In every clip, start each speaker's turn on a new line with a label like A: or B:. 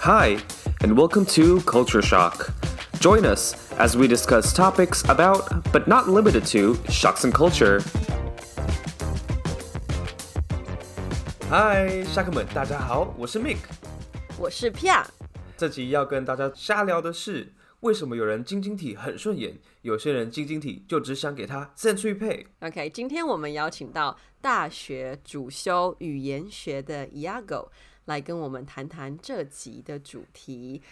A: Hi, and welcome to Culture Shock. Join us as we discuss topics about, but not limited to, shocks and culture. Hi，下客们，大家好，我是 Mick。
B: 我是 Pia，
A: 这集要跟大家瞎聊的是，为什么有人晶晶体很顺眼，有些人晶晶体就只想给他 century pay。
B: OK，今天我们邀请到大学主修语言学的 Iago 来跟我们谈谈这集的主题。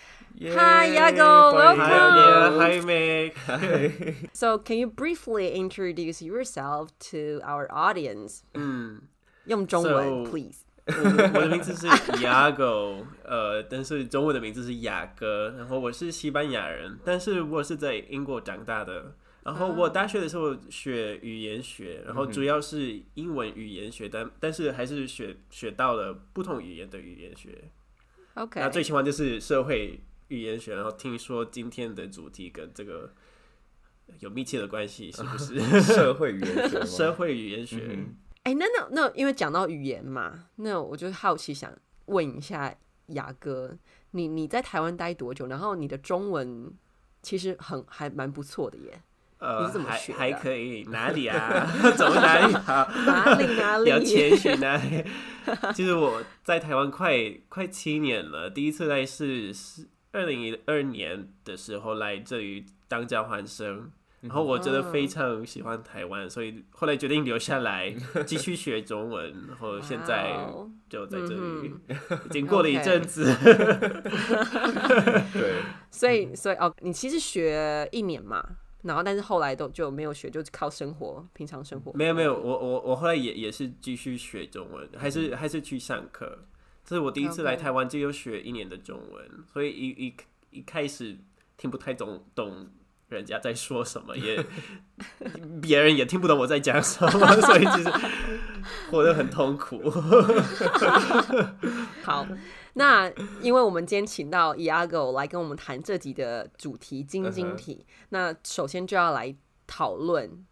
B: Hi, Iago, welcome.
A: Hi, Mick.
B: So, can you briefly introduce yourself to our audience? 嗯，用中文
C: 嗯 So-
B: please.
C: 我我的名字是 Iago，呃，但是中文的名字是雅哥。然后我是西班牙人，但是我是在英国长大的。然后我大学的时候学语言学，
A: 嗯
C: 然后主要是英文语言学，但但是还是学学到了不同语言的语言学。
B: OK，
C: 那最喜欢就是社会语言学。然后听说今天的主题跟这个有密切的关系，是不是？
A: 社会语言 学吗嗯
C: 社会语言学。
B: 哎，那那那，因为讲到语言嘛，那我就好奇想问一下雅哥，你你在台湾待多久？然后你的中文其实很还蛮不错的耶，
C: 呃，
B: 你是怎么
C: 还
B: 学的
C: 还可以？哪里啊？ 怎么哪里啊？
B: 哪里哪
C: 比较
B: 里？
C: 谦虚呢。啊 其实我在台湾快快七年了，第一次来是是二零一二年的时候来这里当交换生，然后我真的非常喜欢台湾，所以后来决定留下来继续学中文，然后现在
B: 哇哦
C: 就在这里
B: 嗯，
C: 已经过了一阵子。
A: 对，
B: 所以
C: 嗯
B: 所以哦，你其实学一年嘛，然后但是后来都就没有学，就是靠生活，平常生活。
C: 没有没有，我我我后来也也是继续学中文，还是还是去上课。这是我第一次来
B: OK
C: 台湾，就又学一年的中文，所以一一一开始听不太懂懂人家在说什么， 也别人也听不懂我在讲什么， 所以其实活得很痛苦。
B: 好，那因为我们今天请到 Iago 来跟我们谈这集的主题“晶
C: 嗯
B: 晶体”，那首先就要来讨论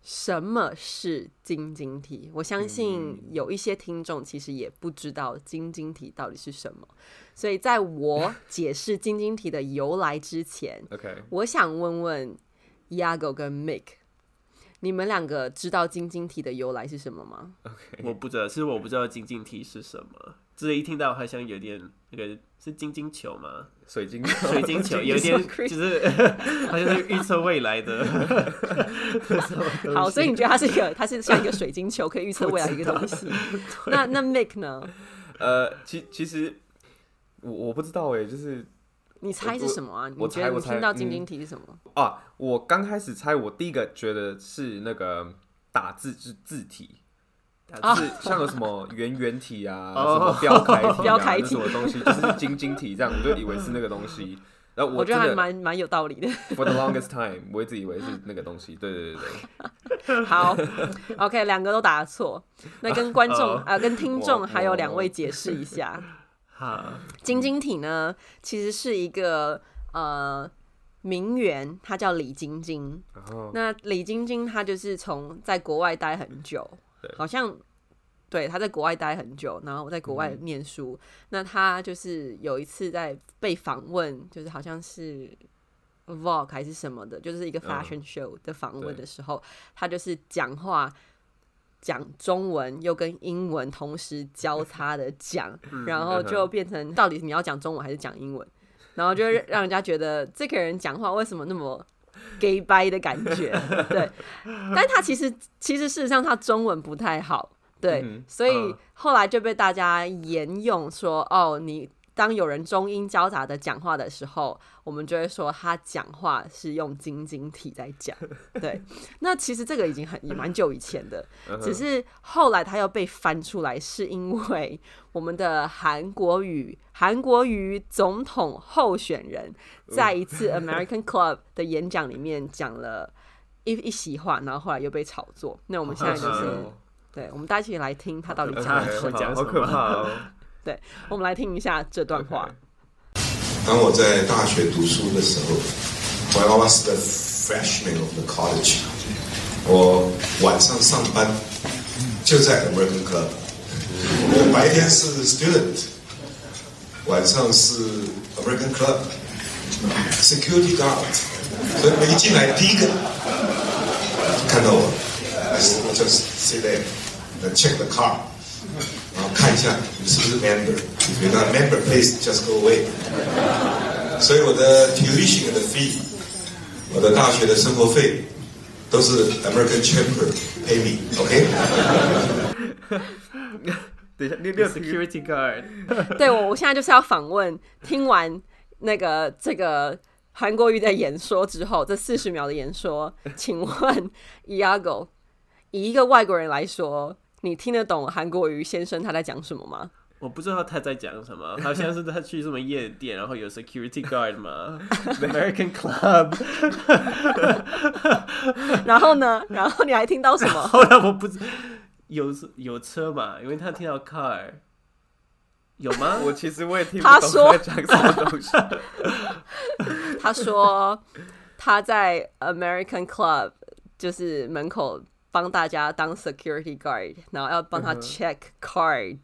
B: 什么是晶晶体。我相信
C: 嗯
B: 有一些听众其实也不知道晶晶体到底是什么，所以在我解释晶晶体的由来之前，
A: OK，
B: 我想问问 Iago 跟 Mick，你们两个知道晶晶体的由来是什么吗？
C: 我不知道，其实我不知道晶晶体是什么，这一听到好像有点那个是晶晶球 吗？
A: 水晶
C: 水晶球，有点就是好像是预 测未来的。
B: 好，所以你觉得它是一个，它是像一个水晶球，可以预测未来的一个 东西。那那 Mick 呢？
A: 呃，其其实我我不知道哎，就是
B: 你猜是什么啊？
A: 我
B: 你
A: 猜
B: 觉得
A: 我
B: 你
A: 猜嗯
B: 听到晶晶体是什么？
A: 啊，我刚开始猜，我第一个觉得是那个打字字字体，
C: 打
A: 是像有什么圆圆体 啊，
C: 哦
A: 什么标楷体啊，
B: 啊标楷体
A: 那什么东西，就是晶晶体这样，我就以为是那个东西。然后
B: 我觉
A: 真
B: 得还
A: 的
B: 蛮蛮有道理的。
A: for the longest time，我一直以为是那个东西。对对对 对，
B: 好，OK，两个都答错。那 跟观众
C: 哦
B: 啊、呃跟听众
A: 我
B: 还有
A: 我
B: 两位解释一下。
C: 哈，
B: 晶晶体呢，其实是一个呃名媛，她叫李晶晶。
A: 然后
B: 那李晶晶她就是从在国外待很久
A: 对，
B: 好像对她在国外待很久，然后我在国
A: 嗯
B: 外念书。那她就是有一次在被访问，就是好像是 Vogue 还是什么的，就是一个
A: 嗯
B: fashion show 的访问
A: 对
B: 的时候，她就是讲话。讲中文又跟英文同时交叉的讲，
A: 嗯
B: 然后就变成到底你要讲中文还是讲英文，然后就会让人家觉得这个人讲话为什么那么 gay bye 的感 觉，对。但他其实其实事实上他中文不太好，对，
A: 嗯哼
B: 所以
C: 嗯
B: 后来就被大家沿用说，哦，你当有人中英交杂的讲话的时候，我们就会说他讲话是用晶晶体在讲，对。那其实这个已经很也蛮久以前的，
A: 嗯
B: 只是后来它又被翻出来，是因为我们的韩国语韩国语总统候选人
A: 嗯
B: 在一次 American Club 的演讲里面讲了一一席话，然后后来又被炒作。那我们现在就是，对，我们大家一起来听他到底讲了什
C: 会
B: 么。
C: 讲
A: 哦嗯哎好
C: 什
A: 可
C: 么
A: 怕哦。
B: 对，我们来听一下这段话。
D: 当我在大学读书的时候，When I was the freshman of the college，我晚上上班就在 American Club，我白天是 student，晚上是 American Club security guard，所以我一进来第一个看到我，I just sit there and check the car，然后看一下你是不是 member，if you're not member please just go away。所以我的 tuition 的 fee，我的大学的生活费都是 American Chamber pay me，OK？、
C: 等一下，你你 有
B: Security-
C: security guard，
B: 对我，我现在就是要访问，听完那个这个韩国瑜的演说之后，这四十秒的演说，请问 Iago，以一个外国人来说，你听得懂韩国瑜先生他在讲什么吗？
C: 我不知道他在讲什么，好像是他去什么夜店，然后有 security guard 嘛，The American Club。
B: 然后呢，然后你还听到什么？
C: 后来我不知有有车嘛，因为他听到 car，有吗？
E: 我其实我也听不
B: 他
E: 懂
B: 说
E: 在讲什么 东西。
B: 他说他在 American Club 就是门口帮大家当 security guard，然后要帮他 check card，、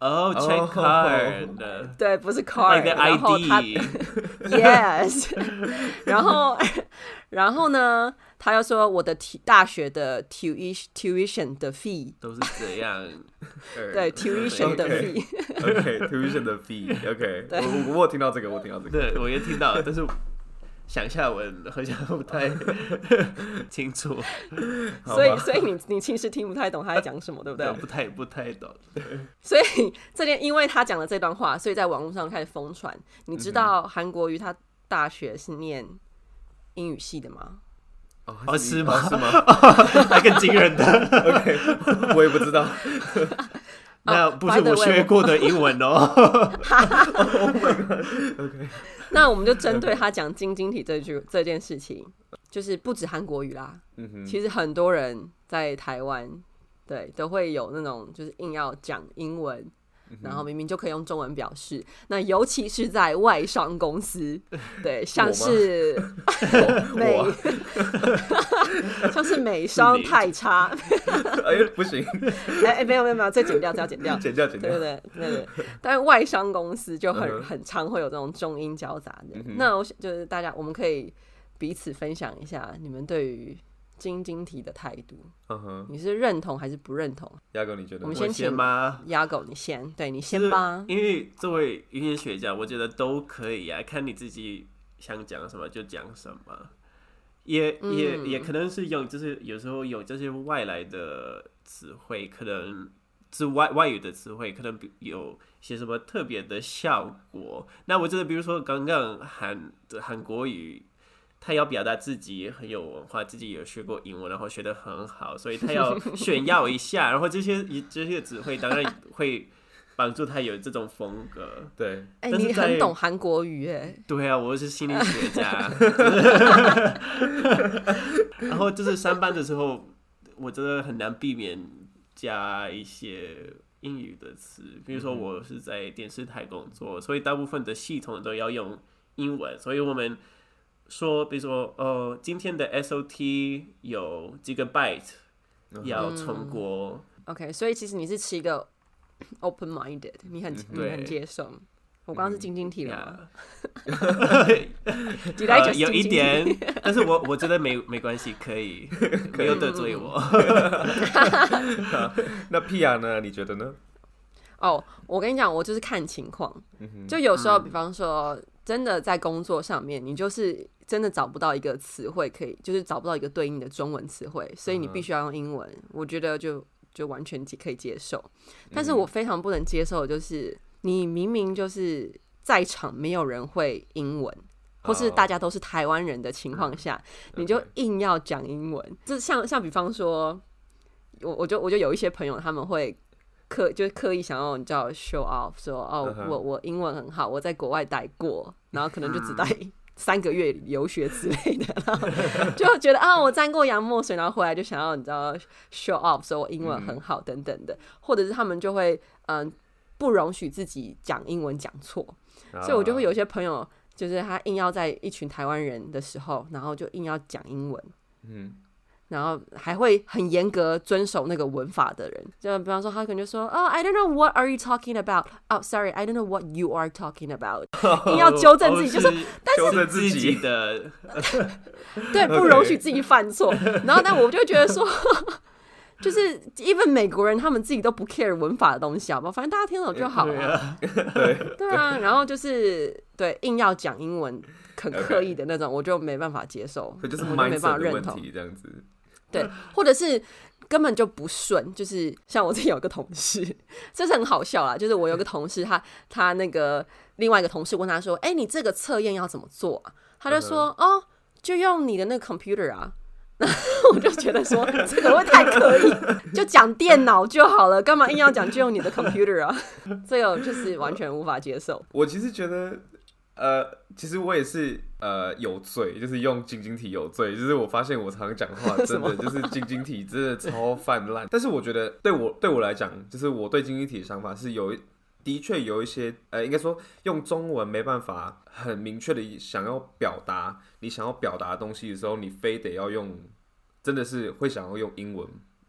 C: 哦、c h e c k card，
B: 对，不是
C: like
B: card，
C: the
B: Oh 然后他
C: ID，
B: Yes，然后，然后呢，他又说我的 tu- 大学的 tuition tuition 的 fee，
C: 都是这样。
B: 对 tuition 的
E: OK
B: fee，
E: OK，tuition 的 B。OK，我我我有听到这个，我有听到这个。
C: 对，我也听到，但是想下文好像不太 清楚，
E: 好
B: 所以
E: 吧
B: 所以你你其实听不太懂他在讲什么，对不对
C: 对，？不太不太 懂。
B: 所以这件因为他讲了这段话，所以在网络上开始疯传。你知道韩国瑜他大学是念英语系的吗？
E: 哦
C: 哦，是吗？
E: 是吗？
B: 哦
C: 还更惊人的，
E: OK，我也不知道。
C: 那不是
B: by the
C: 我
B: way，
C: 学过的英文哦。
B: 那我们就针对他讲晶晶体这句这件事情，就是不止韩国语啦，其实很多人在台湾，对，都会有那种就是硬要讲英文。然后明明就可以用中文表示，那尤其是在外商公 司，对，像是 美， 像是美商太差，
E: 哎，不行，
B: 哎哎，没有没有没有，这剪掉，这要剪掉，
E: 剪掉，剪掉
B: 对。对对对对，但外商公司就很、
E: 嗯哼
B: 很常会有这种中英交杂的。
C: 嗯
B: 那我想就是大家，我们可以彼此分享一下你们对于晶晶体的态度，
E: 嗯哼，
B: 你是认同还是不认同？
E: 亚哥，你觉得
B: 我们
E: 呢？
B: 先
C: 我
B: 请
C: 先吗？
B: 鸭狗，你先，对你
C: 其
B: 先
C: 实
B: 吧。
C: 因为作为语言学家，我觉得都可以啊，看你自己想讲什么就讲什么，也也
B: 嗯
C: 也可能是用，就是有时候有这些外来的词汇，可能是外外语的词汇，可能比有些什么特别的效果。那我觉得，比如说刚刚韩韩国语。他要表达自己很有文化，自己有学过英文，然后学得很好，所以他要炫耀一下，然后这些这些词汇当然会帮助他有这种风格。
E: 对，
B: 哎、
C: 但是
B: 你
C: 在
B: 很懂韩国语哎，
C: 对啊，我是心理学 家。然后就是上班的时候，我真的很难避免加一些英语的词，比如说我是在电视台工作，所以大部分的系统都要用英文，所以我们说，比如说，哦，今天的 SOT 有几个 byte 要通过。
B: OK，所以其实你是持一个 open minded，你很、你很
C: 嗯对嗯
B: 接受。我刚刚是晶晶体了 吗、d i d I
C: 呃
B: just
C: 有
B: 晶晶
C: 一
B: 体
C: 点， 但是我我觉得没没关系，可以，没有得罪我。
E: 那 Pia 呢？你觉得呢？
B: 哦，我跟你讲，我就是看情况，就有时候，比方说，真的在工作上面，你就是真的找不到一个词汇可以，就是找不到一个对应的中文词汇，所以你必须要用英文。我觉得就就完全可以接受，但是我非常不能接受的就是，你明明就是在场没有人会英文。或是
E: 哦
B: 大家都是台湾人的情
E: 嗯
B: 况下，你就硬要讲英文，这像像比方说，我我就我就有一些朋友他们会刻就是刻意想要你知道 show off，说哦
E: 嗯哼
B: 我我英文很好，我在国外待过，然后可能就
E: 嗯
B: 只待 三个月留学之类的，然后就觉得啊我沾过洋墨水，然后回来就想要你知道 show off，说我英文
E: 嗯
B: 很好等等的，或者是他们就会嗯不容许自己讲英文讲错，
E: 啊
B: 所以我就会有一些朋友。就是他硬要在一群台湾人的时候，然后就硬要讲英文，
E: 嗯，
B: 然后还会很严格遵守那个文法的人，就比方说他可能就说，哦、i don't know what are you talking about，哦、s o r r y i don't know what you are talking about，硬要纠正自己，就
C: 说
B: 是但
E: 纠
C: 哦纠
E: 正
C: 正
E: 自
C: 自
E: 己
C: 己的，
B: 对，不
E: OK
B: 容许自己犯错。 然后，但我就会觉得说， 就是 even 美国人他们自己都不 care 文法的东西，好不好？反正大家听懂就好
C: 对
B: 了。
C: 啊，
B: 对啊，然后就是对硬要讲英文，很刻意的那种，我就没办法接受，
E: 所以就是
B: 我就没
E: mindset
B: 办法
E: 的
B: 认
E: 问
B: 同。
E: 题，这样子。
B: 对，或者是根本就不顺，就是像我自己有个同事， 这是很好笑啦。就是我有个同事他，他那个另外一个同事问他说：“哎、你这个测验要怎么做啊？”他就说：“
E: 嗯
B: 哦，就用你的那个 computer 啊。” 那我就觉得说这个会太刻意，就讲电脑就好了，干嘛硬要讲就用你的 computer 啊？ 这个就是完全无法接受。
E: 我其实觉得，呃，其实我也是呃有罪，就是用晶晶体有罪，就是我发现我常讲话真的就是晶晶体真的超泛滥，但是我觉得对我对我来讲，就是我对晶晶体的想法是有一。的确有一些，呃，应该说用中文没办法很明确的想要表达你想要表达的东西的时候，你非得要用，真的是会想要用英文，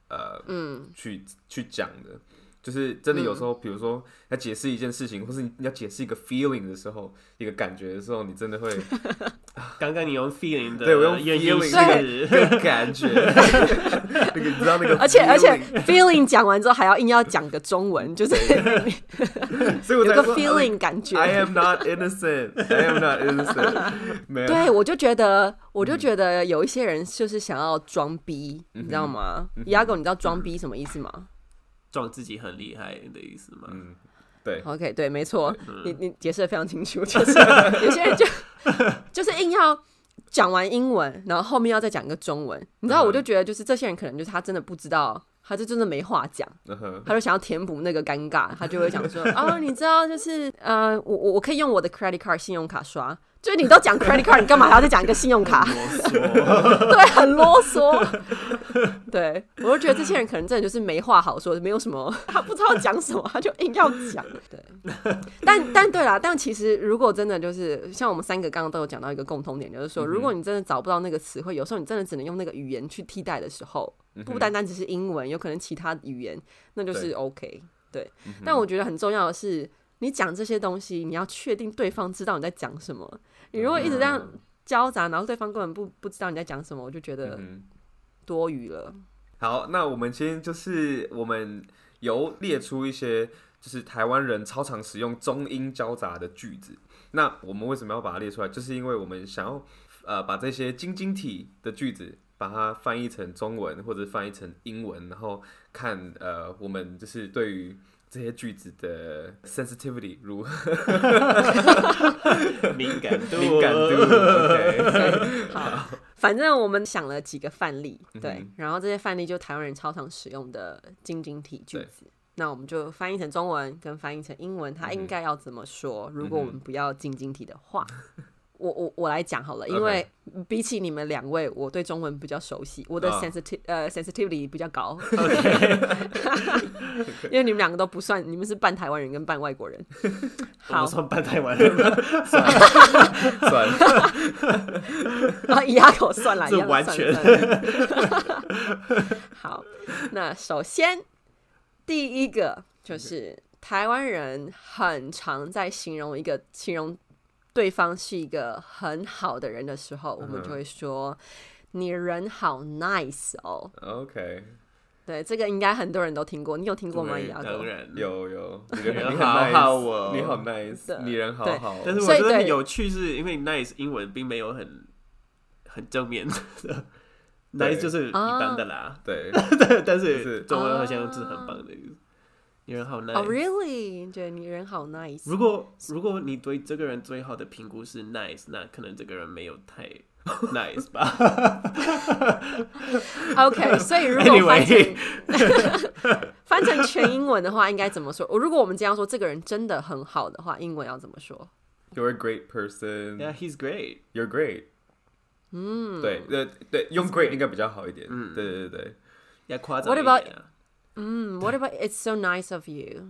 E: 呃，
B: 嗯，
E: 去去讲的，就是真的有时候，比如说要解释一件事情，或是你要解释一个 feeling 的时候，一个感觉的时候，你真的 会
C: 刚刚你用 feeling 的呃
E: 对我用
C: 原因
E: feeling 那个
C: 是，
E: 那个感觉， 那个你知道那个 feeling，
B: 而且而且 feeling 讲完之后还要硬要讲个中文，就是
E: 所以
B: 有
E: 我才
B: 个
E: 说哎
B: feeling 感觉。
E: I am not innocent, I am not innocent，没有，
B: 对，我就觉得，我就觉得有一些人就是想要装逼，你知道吗？牙狗，你知道装逼什么意思吗
C: 撞自己很厉害的意思吗？
E: 嗯，对，
B: ？OK，对，没错，你你解释的非常清楚，就是有些人就就是硬要讲完英文，然后后面要再讲一个中文，你知道，我就觉得就是这些人可能就是他真的不知道。他就真的没话讲，
E: 嗯哼，
B: 他就想要填补那个尴尬，他就会想说：“哦，你知道，就是呃，我我我可以用我的 credit card 信用卡刷，就是你都讲 credit card，你干嘛还要再讲一个信用卡？”对，很啰嗦。对，我就觉得这些人可能真的就是没话好说，没有什么，他不知道讲什么，他就硬要讲。对，但但对啦，但其实如果真的就是像我们三个刚刚都有讲到一个共同点，就是说，如果你真的找不到那个词汇，有时候你真的只能用那个语言去替代的时候，
E: 嗯
B: 不单单只是英文，有可能其他语言，那就是
E: 对嗯
B: OK。对，但我觉得很重要的是，你讲这些东西，你要确定对方知道你在讲什么。你如果一直这样交杂，然后对方根本不不知道你在讲什么，我就觉得
E: 嗯嗯。
B: 多余了。
E: 好，那我们今天就是我们有列出一些就是台湾人超常使用中英交杂的句子。那我们为什么要把它列出来？就是因为我们想要呃把这些晶晶体的句子把它翻译成中文或者翻译成英文，然后看呃我们就是对于这些句子的 sensitivity 如何
C: 敏感度，
E: 敏感 度。OK，
B: 好，反正我们想了几个范例，对，
E: 嗯
B: 然后这些范例就台湾人超常使用的晶晶体句子。那我们就翻译成中文，跟翻译成英文，
E: 嗯
B: 它应该要怎么说？如果我们不要晶晶体的 话，我我我来讲好了，因为比起你们两位，我对中文比较熟悉，我的
E: 啊
B: sensitive、呃 sensitivity 比较高。 因为你们两个都不算，你们是半台湾人跟半外国人。
C: 我
B: 好
C: 们，算半台湾人吗，
E: 算了，
B: 啊，以牙口算了，
C: 这
B: 以牙口
C: 完
B: 算
C: 全
B: 算 好。那首先第一个就是台湾人很常在形容一个形容对方是一个很好的人的时候，
C: 嗯
B: 我们就会说。你人好 nice 哦，
E: OK，
B: 对，这个应该很多人都听过，你有听过吗？
C: 对
B: 牙口
C: 当然。
E: 有有，你人
C: 人
E: 你
C: 好
E: nice，
C: 好哦
E: 你好
B: 对
E: nice，你人好
B: 对
E: 好，哦
C: 但是我
B: 所以
C: 觉得
B: 对
C: 有趣，是因为 nice 英文并没有很很正面 的
E: 对
C: ，nice 就是一般的
B: 啊
C: 啦。
E: 对。 就
C: 但
E: 是
C: 是中文好像是很棒的意思。你人好
B: 哦
C: nice。
B: ，really？觉得你人好 nice，
C: 如果如果你对这个人最好的评估是 nice，那可能这个人没有太 nice 吧。
B: OK，所以如果翻成翻成全英文的话，应该怎么说？我如果我们这样说，这个人真的很好的话，英文要怎么说？
E: You're a great person.
C: Yeah, Hmm. he's great.
E: You're great. 嗯，对对对，用 great 应该比较好一点。嗯，对对对对，
C: 要夸张一
B: What about-
C: 点啊。
B: 嗯，What about it's so nice of you？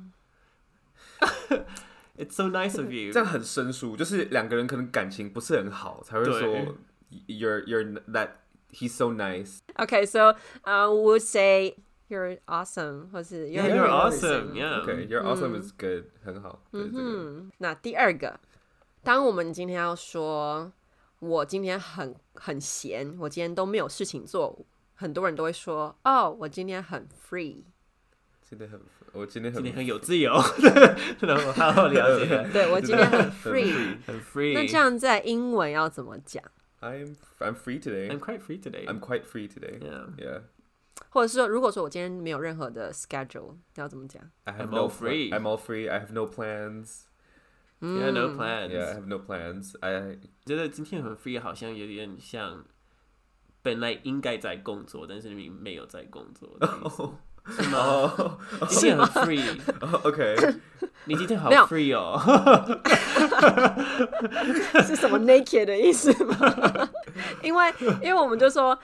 C: It's so nice of you.
E: 这样很生疏，就是两个人可能感情不是很好，才会
C: 对
E: 说 You're You're that he's so nice.
B: Okay, so uh, we'll say you're awesome，或是 you're,
C: You're
B: really
C: awesome, yeah. Hmm.
E: Okay, you're awesome is good，很好。对这个
B: 那第二个，当我们今天要说我今天很很闲，我今天都没有事情做，很多人都会说哦，我今天很 free。
E: 今天
C: Mm-hmm.
E: 很，我今天
C: 今天
E: 很
C: 很有自由， 然后好好了 解，
B: 对我今天 很 free。
C: 很 free。
B: 那这样在英文要怎么讲？
E: ，I'm I'm free
C: I'm
E: today.
C: quite free today.
E: I'm quite free today.
C: Yeah.
E: Yeah.
B: 或者是说，如果说我今天没有任何的 schedule，要怎么讲？
E: I have
C: I'm
E: no
C: all
E: pla-
C: free.
E: I'm all free. I have no plans.
C: yeah, no
B: Mm,
C: plans.
E: Yeah, I have no plans. I
C: 觉得今天很 free，好像有点像本来应该在工作，但是你没有在工作的 意思
B: 哦
C: 是吗？今天很 free，
E: oh, okay.
C: 你今天好
B: 没有
C: free 哦。
B: 是什么 naked 的意思吗？ 因为因为我们就说，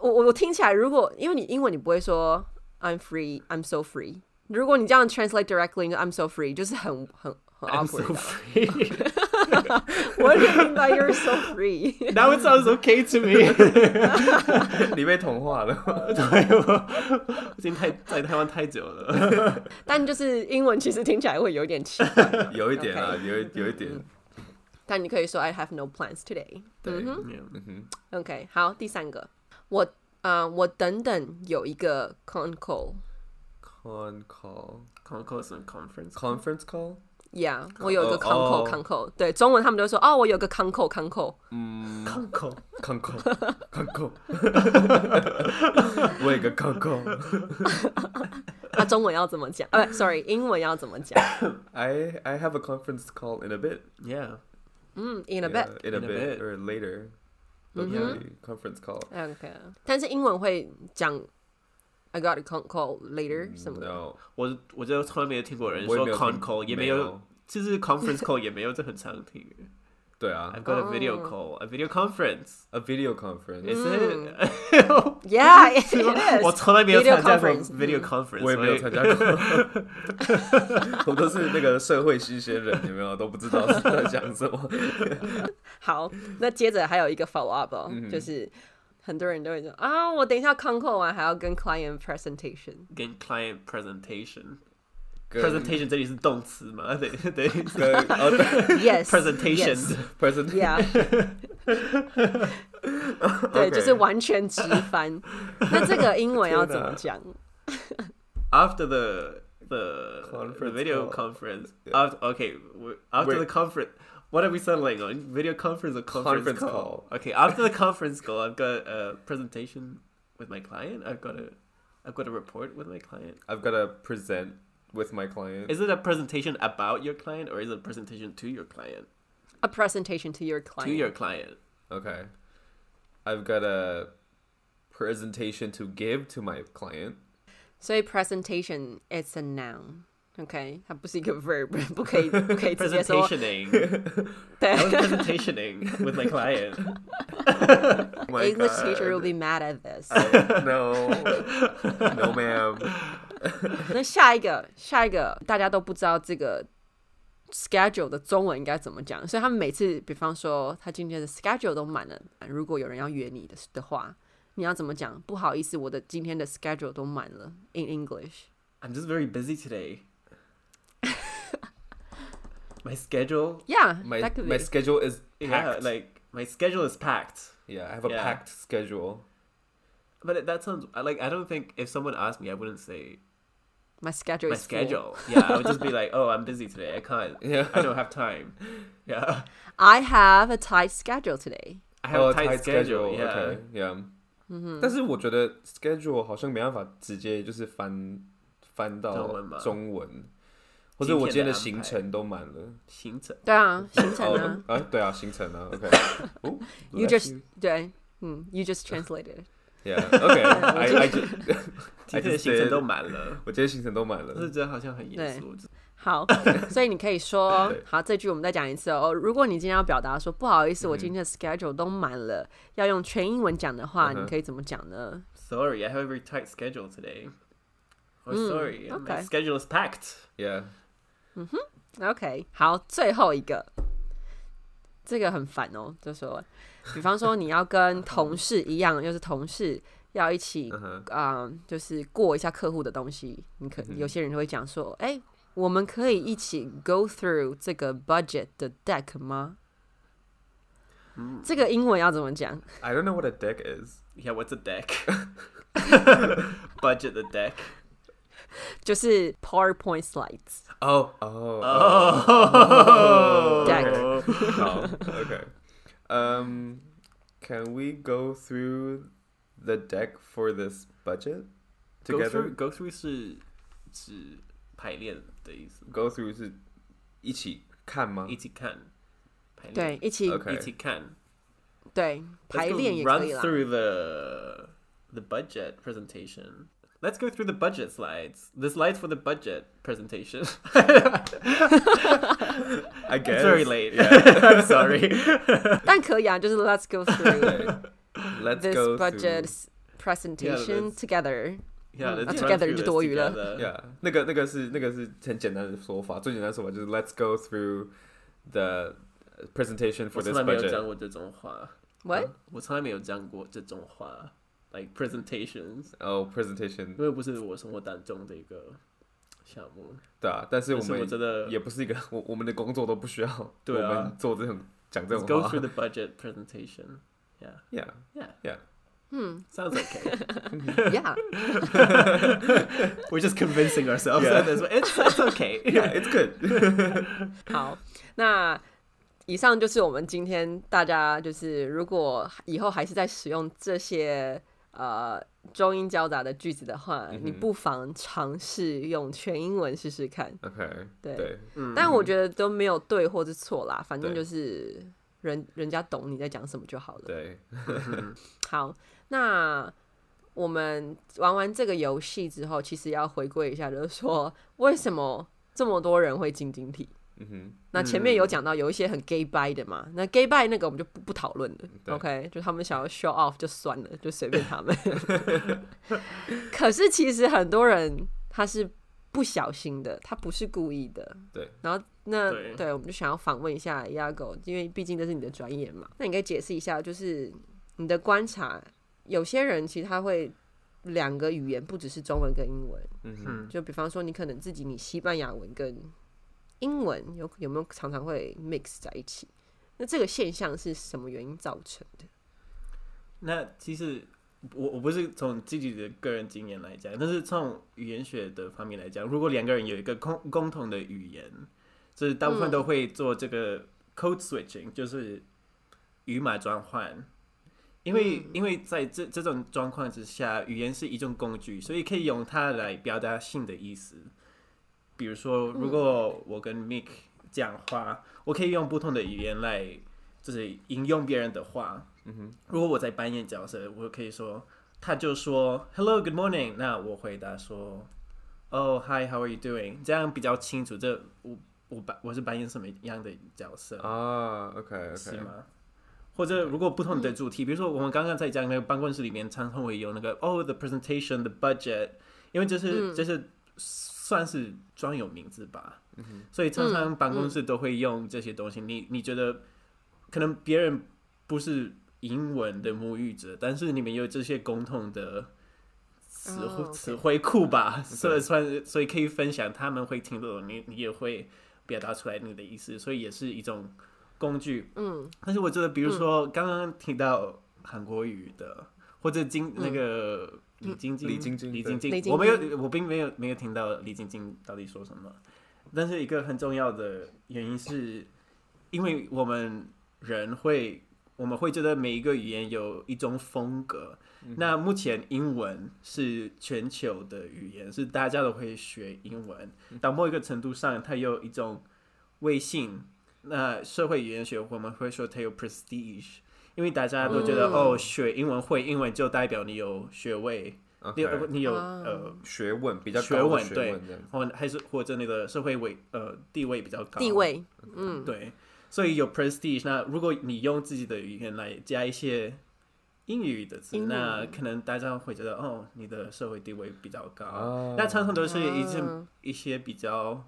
B: 我我我听起来，如果因为你英文你不会说 I'm free, I'm so free。如果你这样 translate directly into I'm so free，就是很很很
C: I'm so
B: awkward 啊的。
C: free.
B: 我也明白 you're so free。
C: Now it sounds okay to me.
E: 你被同化了。
C: 对，我我已经太在台湾太久了。
B: 但就是英文其实听起来会有点 奇怪。
E: 有一点啊，有一有一点。
B: 但你可以说 I have no plans today。
E: 对，
C: Yeah.
B: OK，好，第三个，我呃，我等等有一个 con call。
E: Con call,
C: Con call 什么 conference？
E: conference call.
B: 呀我有一个 con
E: 哦
B: call，con call，对，中文他们就说哦，我有个 con call，con call。
C: Con call
E: Con call, con call. 我有个 con call.
B: 那中文要怎么讲？呃、s o r r y 英文要怎么 讲
E: I I have a conference call in a bit.
C: ？Yeah，
B: 嗯？In a
E: Yeah,
B: bit。Mm-hmm。
E: in a
C: In a
E: bit
C: bit.
E: or later. Okay, Conference call.
B: OK，但是英文会讲 I got a con call
C: 嗯
B: later 什么的。
E: No.
C: 我我就从来没有听过有人
E: 我也
C: 说
E: 没有
C: con
E: 听
C: call，也没
E: 没
C: 有
E: 有，
C: 就是 conference call 也没有，这很常听。
E: 对啊
C: I've got a video call, a video conference.
E: ，a video conference.
C: Is it？
B: Yeah, it is.
C: 啊我从来没有参加过
B: Video conference，嗯
C: video conference，
E: 我也没有参加 过，我都是那个社会新鲜人，有没有都不知道是在讲什么。
B: 好，那接着还有一个 follow up，、哦
C: 嗯
B: 就是很多人都会说啊，我等一下 con call 完还要跟 client presentation。
C: 跟 client presentation。
E: 跟
C: presentation 这里是动词嘛？对对
E: 跟哦对
B: Yes, yes,
C: ，presentation。
E: ，present
B: Yeah，对，就是完全直翻。那这个英文要怎么讲？
C: After the the the
E: Conference
C: video
E: call.
C: conference, after okay, we- after
E: Wait.
C: the conference. What are we settling on? Video conference or
E: Conference
C: conference, call?
E: call.
C: Okay, after the conference call, I've got a presentation with my client. I've got a, I've got a report with my client.
E: I've got to present with my client.
C: Is it a presentation about your client or is it a presentation to your client?
B: A presentation to your client.
C: To your client.
E: Okay. I've got a presentation to give to my client.
B: 所以 presentation is a noun。OK，它不是一个 verb，不 可以不可以直接说
C: Presentationing.
B: 对。
C: I was presentationing with my client.
E: Oh my
B: English
E: God.
B: teacher will be mad at this。
E: No. no, ma'am.
B: 那 下一个，下一个，大家都不知道这个 schedule 的中文应该怎么讲，所以他们每次，比方说他今天的 schedule 都满了，如果有人要约你的的话，你要怎么讲？不好意思，我的今天的 schedule 都满了。In English，
C: I'm just very busy today. my schedule,
B: yeah，
E: My
B: that could
E: my
B: be.
E: schedule is
C: yeah,
E: packed. Yeah,
C: like my schedule is packed.
E: I have a
C: Yeah.
E: packed schedule.
C: But it- that sounds I like I don't think if someone asked me, I wouldn't say
B: my schedule
C: my
B: is full.
C: schedule. Yeah, I would just be like, "Oh, I'm busy today. I can't.
E: Yeah.
C: I don't have time." Yeah,
B: I have a tight schedule today.
C: I have
E: oh,
C: a tight, schedule. Yeah,
E: Okay, yeah.
B: Mm-hmm.
E: 但是我觉得 schedule 好像没办法直接就是翻翻到
C: 中文吧
E: 中文，或者我今
C: 今
E: 天的
C: 天的安排
E: 行程都满了。
C: 行程。
B: 对啊，行程啊
E: 哦，啊，对啊，行程啊，OK。哦 Oh，
B: ，you just 对，嗯，you just translated。
E: Yeah，OK。I I just
C: 今
E: I
C: 天的
E: just
C: 行程
E: did
C: 都满 了，
E: 我今天行程都满
C: 但是
E: 了。
C: 觉得好像很严肃。
B: 好，所以你可以说，好，这句我们再讲一次哦。如果你今天要表达说不好意思，我今天的 schedule 都满了，要用全英文讲的话，你可以怎么讲呢？
C: Sorry, I have a very tight schedule today. Or
E: Hmm,
C: sorry, my
B: okay.
C: schedule is packed.
E: Yeah。
B: OK，好，最后一个，这个很烦哦。就说，比方说你要
C: 嗯
B: 跟同事一样，就是同事要一起
E: 嗯哼，
B: 啊、就是过一下客户的东西，你
C: 嗯
B: 可有些人就会讲说，哎、我们可以一起 go through 这个 budget 的 deck 吗？这
C: 嗯
B: 个英文要怎么讲？
E: I don't know what a deck is.
C: Yeah, what's a deck? Budget the deck.
B: 就是 PowerPoint slides
E: Oh, oh, oh.
B: deck。
E: Oh, okay. Um, can we go through the deck for this budget
C: Go
E: together?
C: through, go through 是指排练的意思，
E: Go through 是一起看吗？
C: 一起看排
B: 对
C: 练，，
B: 一起
E: OK
C: 一起看
B: 对
C: Let's
B: 排
C: go
B: 练也可
C: Run
B: 以啦。
C: through the the budget presentation. Let's go through the budget slides. The slides for the budget presentation.
E: I guess
C: It's very late.
E: Yeah.
C: I'm sorry.
B: 但可以啊，就是 Let's go through
E: Okay. Let's
B: this
E: go
B: budget
E: through.
B: presentation
C: Yeah, let's-
B: together。
C: Yeah, let's
B: that's
C: run
B: together
C: through this
B: 就多余了。
C: together.
E: Yeah，那个那个是那个是很简单的说法，最简单的说法就是 Let's go through the presentation
C: 我
E: for
C: 从
E: this
C: 来没有讲
E: budget。
C: 过这种话，
B: What？
C: 我从来没有讲过这种话，like presentations，
E: 哦，presentation，Oh,
C: 因为不是我生活当中的一个项目。
E: 对啊，但是我
C: 但是我
E: 们
C: 觉得
E: 也不是一个， 我我们的工作都不需要，
C: 对啊
E: 我们做这种讲这
C: Let's
E: 种话
C: go through the budget presentation. Yeah,
E: Yeah,
C: yeah,
E: yeah.
C: sounds okay.
B: Yeah，
C: We're just convincing ourselves
E: Yeah.
C: that this way. It's, it's okay.
E: Yeah, it's good.
B: 好，那以上就是我们今天大家就是如果以后还是在使用这些呃中英交杂的句子的话，
E: 嗯
B: 你不妨尝试用全英文试试看。
E: OK，
B: 对
E: 对，
B: 但我觉得都没有对或是错啦，反正
E: 对
B: 就是人人家懂你在讲什么就好了。
E: 对，
B: 好，那我们玩完这个游戏之后，其实要回归一下，就是说为什么这么多人会晶晶体？
E: 嗯哼，
B: 那前面有讲到有一些很 gay by 的嘛，那 gay by 那个我们就不不讨论
E: 对
B: 了，OK，就他们想要 show off 就算了，就随便他们。 可是其实很多人他是不小心的，他不是故意的，
E: 对。
B: 然后那
C: 对
B: 对，我们就想要访问一下 Yago，因为毕竟这是你的专业嘛，那你可以解释一下，就是你的观察，有些人其实他会两个语言，不只是中文跟英文，
E: 嗯
C: 哼
B: 就比方说你可能自己你西班牙文跟英文有有没有常常会 mix 在一起？那这个现象是什么原因造成的？
C: 那其实我我不是从自己的个人经验来讲，但是从语言学的方面来讲，如果两个人有一个共共同的语言，就是大部分都会做这个 code switching，、就是语码转换。因为、因为在这这种状况之下，语言是一种工具，所以可以用它来表达性的意思。比如说，如果我跟 Mick 讲话，我可以用不同的语言来就是引用别人的话。如果我在扮演角色，我可以说，他就说 “Hello, good morning”，那我回答说“Oh, hi, how are you doing？” 这样比较清楚，这我我扮我是扮演什么样的角色、
E: 啊，OK，OK，
C: 是吗？或者如果不同的主题，比如说我们刚刚在讲那个办公室里面，常常会有那个 “Oh, the presentation, the budget”，因为这是、
B: 嗯
C: 这是算是专有名字吧，所以常
B: 嗯
C: 常办公室都会用这些东西。你你觉得可能别人不是英文的母语者，但是你们有这些共同的词
B: 哦，OK
C: 词汇库吧，所以算所以可以分享，他们会听得懂，你你也会表达出来你的意思，所以也是一种工具。嗯，但是我觉得，比如说刚刚提到韩国语的，或者金那个李晶晶、
E: 李晶晶
C: 李
B: 对
C: 晶晶
B: 李，晶
C: 我没
B: 晶
C: 有，我并没有没有听到李晶晶到底说什么。但是一个很重要的原因是，因为我们人会，我们会觉得每一个语言有一种风格。那目前英文是全球的语言，是大家都会学英文。到某一个程度上，它有一种卫性。那社会语言学我们会说它有 prestige，因为大家都觉得、哦，学英文会英文就代表你有学位，你有
E: OK，
C: 你有、
B: 啊
C: 呃
E: 学问比较
C: 学
E: 高的
C: 问，
E: 学
C: 对
E: 问这样子，
C: 或还是或者那个社会位呃地位比较高，
B: 地位，嗯，
C: 对，所以有 prestige。那如果你用自己的语言来加一些英语的词，
B: 英语
C: 那可能大家会觉得哦，你的社会地位比较高。
E: 啊
C: 那常常都是一些、
B: 啊
C: 一些比较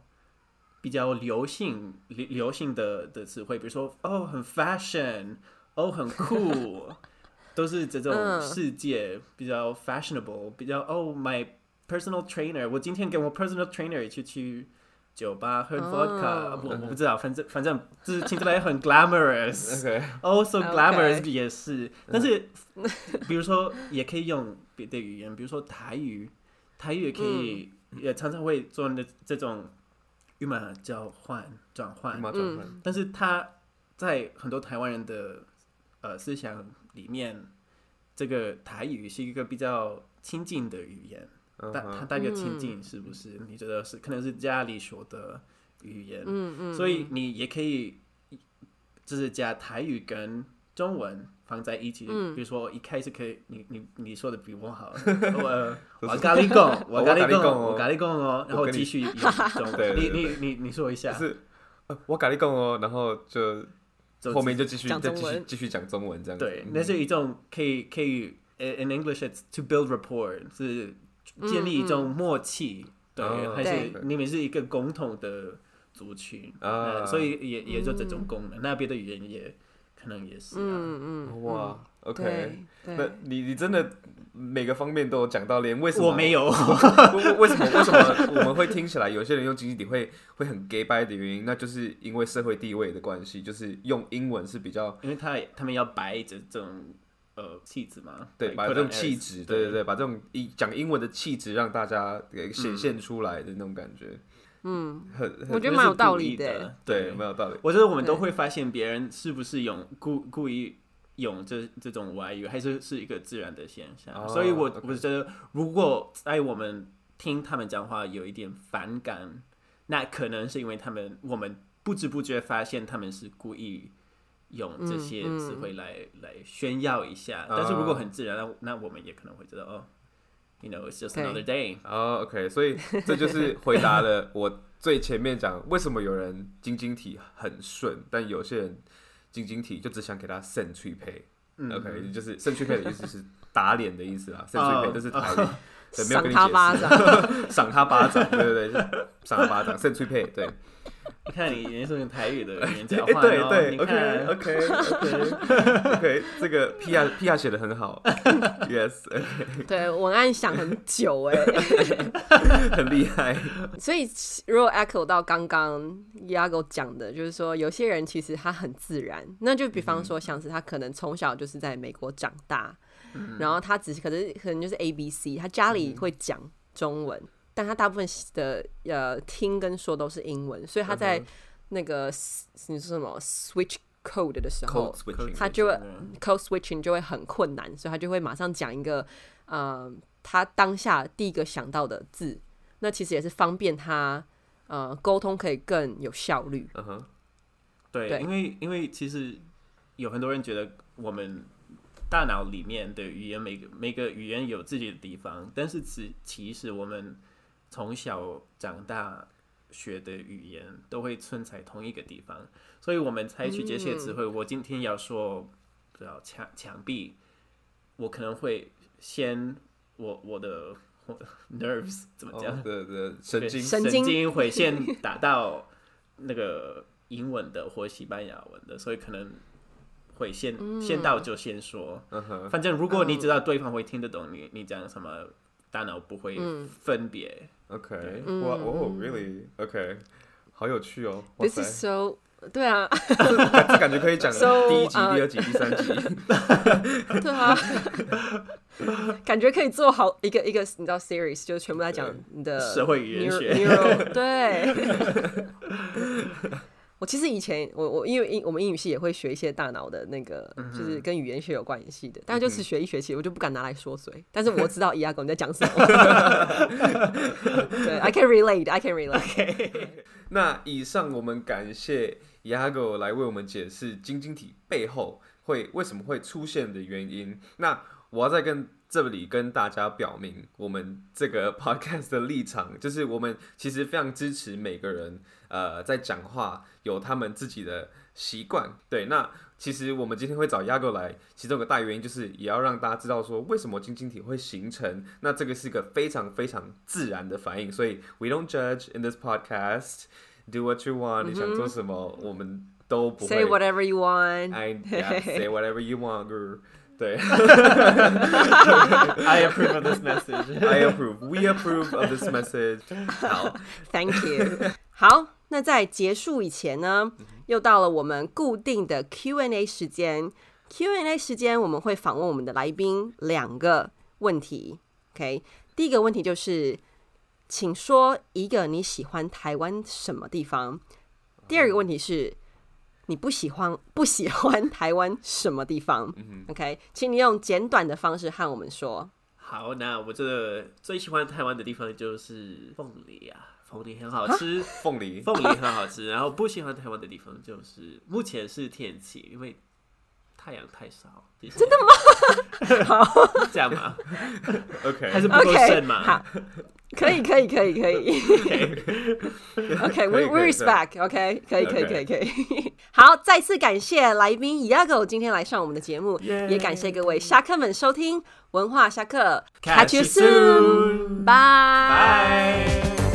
C: 比较流行流流行的的词汇，比如说哦很 fashion，哦很酷， 都是这种
B: 嗯
C: 世界比较 fashionable，比较哦 my personal trainer，我今天跟我 personal trainer 一起去。酒吧喝 vodka，、我我不知道，反正反正就是听起来很 glamorous，
E: OK，嗯
C: 哦、so glamorous
B: OK
C: 也是，但是比如说也可以用别的语言，比如说台语，台语也可以，
E: 嗯
C: 也常常会做那这种语码交换转换，
E: 马转换，
C: 但是它在很多台湾人的呃思想里面，这个台语是一个比较亲近的语言，
E: 嗯
C: 大
E: 哼嗯
C: 它代表亲近是不是？你觉得是可能是家里学的语言，嗯嗯，所以你也可以就是加台语跟中文放在一起，比如说一开始可以你你你说的比我好，我我咖喱贡， 我咖喱贡，我咖喱贡哦，然后继续用中
E: 对
C: 文，你
E: 对
C: 你你你说一下，
E: 是呃我咖喱贡哦，然后就
C: 走
E: 后面就继续
B: 讲
E: 再
B: 中
E: 继续
B: 文
E: 继续讲中文这样子。嗯
C: 对，那是一种可以可以呃，in English it's to build rapport，是建立一种默契，对，
E: 哦
C: 还是
E: 对
C: 你们是一个共同的族群
E: 啊
C: 呃所以也也就这种功能，那别的语言也可能也是啊，
B: 嗯嗯，
E: 哇，OK，
B: 对
E: 那
B: 对，
E: 你你真的每个方面都有讲到，连为什么
C: 我 没有，
E: 为为为什么为什么我们会听起来有些人用经济体会会很 gay 掰的原因，那就是因为社会地位的关系，就是用英文是比较
C: 因为他他们要白这这种呃气质嘛，
E: 对，
C: like
E: 把
C: put
E: 这
C: on
E: 种
C: airs，
E: 气质，对对对，把这种英讲英文的气质让大家给显现出来的那种感觉，嗯，很很
B: 我觉得
C: 那是
B: 蛮有道
C: 故
B: 理
C: 意的，
E: 对，蛮有道理。
C: 我觉得我们都
B: 对
C: 会发现别人是不是用故故意用这这种外语，还是是一个自然的现象。
E: 哦
C: 所以我
E: OK
C: 我觉得，如果在我们听他们讲话有一点反感，那可能是因为他们我们不知不觉发现他们是故意用这些词汇来、
E: 嗯
C: 来炫耀一下。
E: 哦
C: 但是如果很自然，那那我们也可能会觉得哦，you know it's just another day。
E: 哦、o k 所以这 就是回答了我最前面讲为什么有人晶晶体很顺，但有些人晶晶体就只想给他肾去配。OK，就是
C: 嗯
E: 肾去配的意思是打脸的意思啦，肾
C: 哦
E: 去配就是打脸，对，没有
B: 赏
E: 跟你
B: 他巴
E: 解
B: 掌，
E: 释，赏他巴掌，对对对，赏他巴掌，肾去配，对，
C: 你看你也是用台语的语
E: 哎、
C: 言讲话、哦，
E: 对对
C: 你看
E: ，OK OK OK OK，这个 P R P R 写的很好 ，Yes，
B: 对文案想很久哎、
E: 很厉害，
B: 所以如果 echo 到刚刚 Yago 讲的，就是说有些人其实他很自然，那就比方说像是他可能从小就是在美国长大，然后他只是可能可能就是 A B C，他家里会讲中文，但他大部分的呃听跟说都是英文，所以他在那个、你说什么 switch code 的时候
E: Code switching，
B: 他就会 code switching 就会很困难，所以他就会马上讲一个，呃，他当下第一个想到的字，那其实也是方便他呃沟通可以更有效率。
E: 嗯哼，
C: 对，
B: 对
C: 因为因为其实有很多人觉得我们大脑里面的语言，每个每个语言有自己的地方，但是其其实我们从小长大学的语言都会存在同一个地方，所以我们采取这些
E: 嗯
C: 词汇。我今天要说，不知道墙墙壁，我可能会先我我的 我 nerves 怎么
E: 哦
C: 讲？
E: 对对，神
C: 对
E: 经
B: 神
C: 神
B: 经
C: 经 回线打到那个英文的或西班牙文的，所以可能会先、先到就先说。
E: 嗯哼，
C: 反正如果你知道对方会听得懂你你讲什么，大脑不会分别。
E: OK，哇哦，Really，OK，好有趣哦，哇
B: 嗯 This
E: 塞，
B: is so 对啊，
E: 这感觉可以讲
B: So，
E: 第一集、
B: 呃
E: 第二集、第三集，
B: 对啊，感觉可以做好一个一个你知道 series，就是全部在讲
E: 对
B: 你的
C: 社会语言
B: neuro-
C: 学
B: neuro- 对。 我其实以前我我因为英我们英语系也会学一些大脑的那个，
C: 嗯
B: 就是跟语言学有关系的，但就是学一学期我就不敢拿来说嘴，但是我知道伊阿狗你在讲什 么。对，I can relate, I can relate。
E: 那以上我们感谢 Yago 来为我们解释晶晶体背后会为什么会出现的原因。那我要再跟这里跟大家表明，我们这个 podcast 的立场就是，我们其实非常支持每个人，呃，在讲话有他们自己的习惯。对，那其实我们今天会找 Yago 来，其中有个大原因就是也要让大家知道说为什么晶晶体会形成。那这个是一个非常非常自然的反应，所以 we don't judge in this podcast。 do what you want，、你想做什么，我们都不会。
B: Say whatever you want.
E: I yeah, say whatever you want, girl. 对
C: I approve of this message。
E: ，I approve. We approve of this message. 好，
B: Thank you 。 好，那在结束以前呢，又到了我们固定的 Q&A 时间。Q&A 时间，我们会访问我们的来宾两个问题。OK，第一个问题就是，请说一个你喜欢台湾什么地方。第二个问题是，你不喜欢不喜欢台湾什么地方？OK，请你用简短的方式和我们说。
C: 好，那我这个最喜欢台湾的地方就是凤梨啊，凤梨很好吃，
E: 凤梨
C: 凤梨很好吃。然后不喜欢台湾的地方就是目前是天气，因为太阳太少。真的吗？好， 这样吗？
E: ，OK，
C: 还是不够
B: OK，
C: 深嘛
B: 好，可以，可以，可以，可以。
E: 可
B: OK，we
E: 以
B: we
E: 可以
B: respect。OK，可以，可以，可以，
E: OK
B: 可以。好，再次感谢来宾 Iago 今天来上我们的节目，也感谢各位侠客们收听文化侠客
C: Catch you soon
B: Bye。
C: 拜。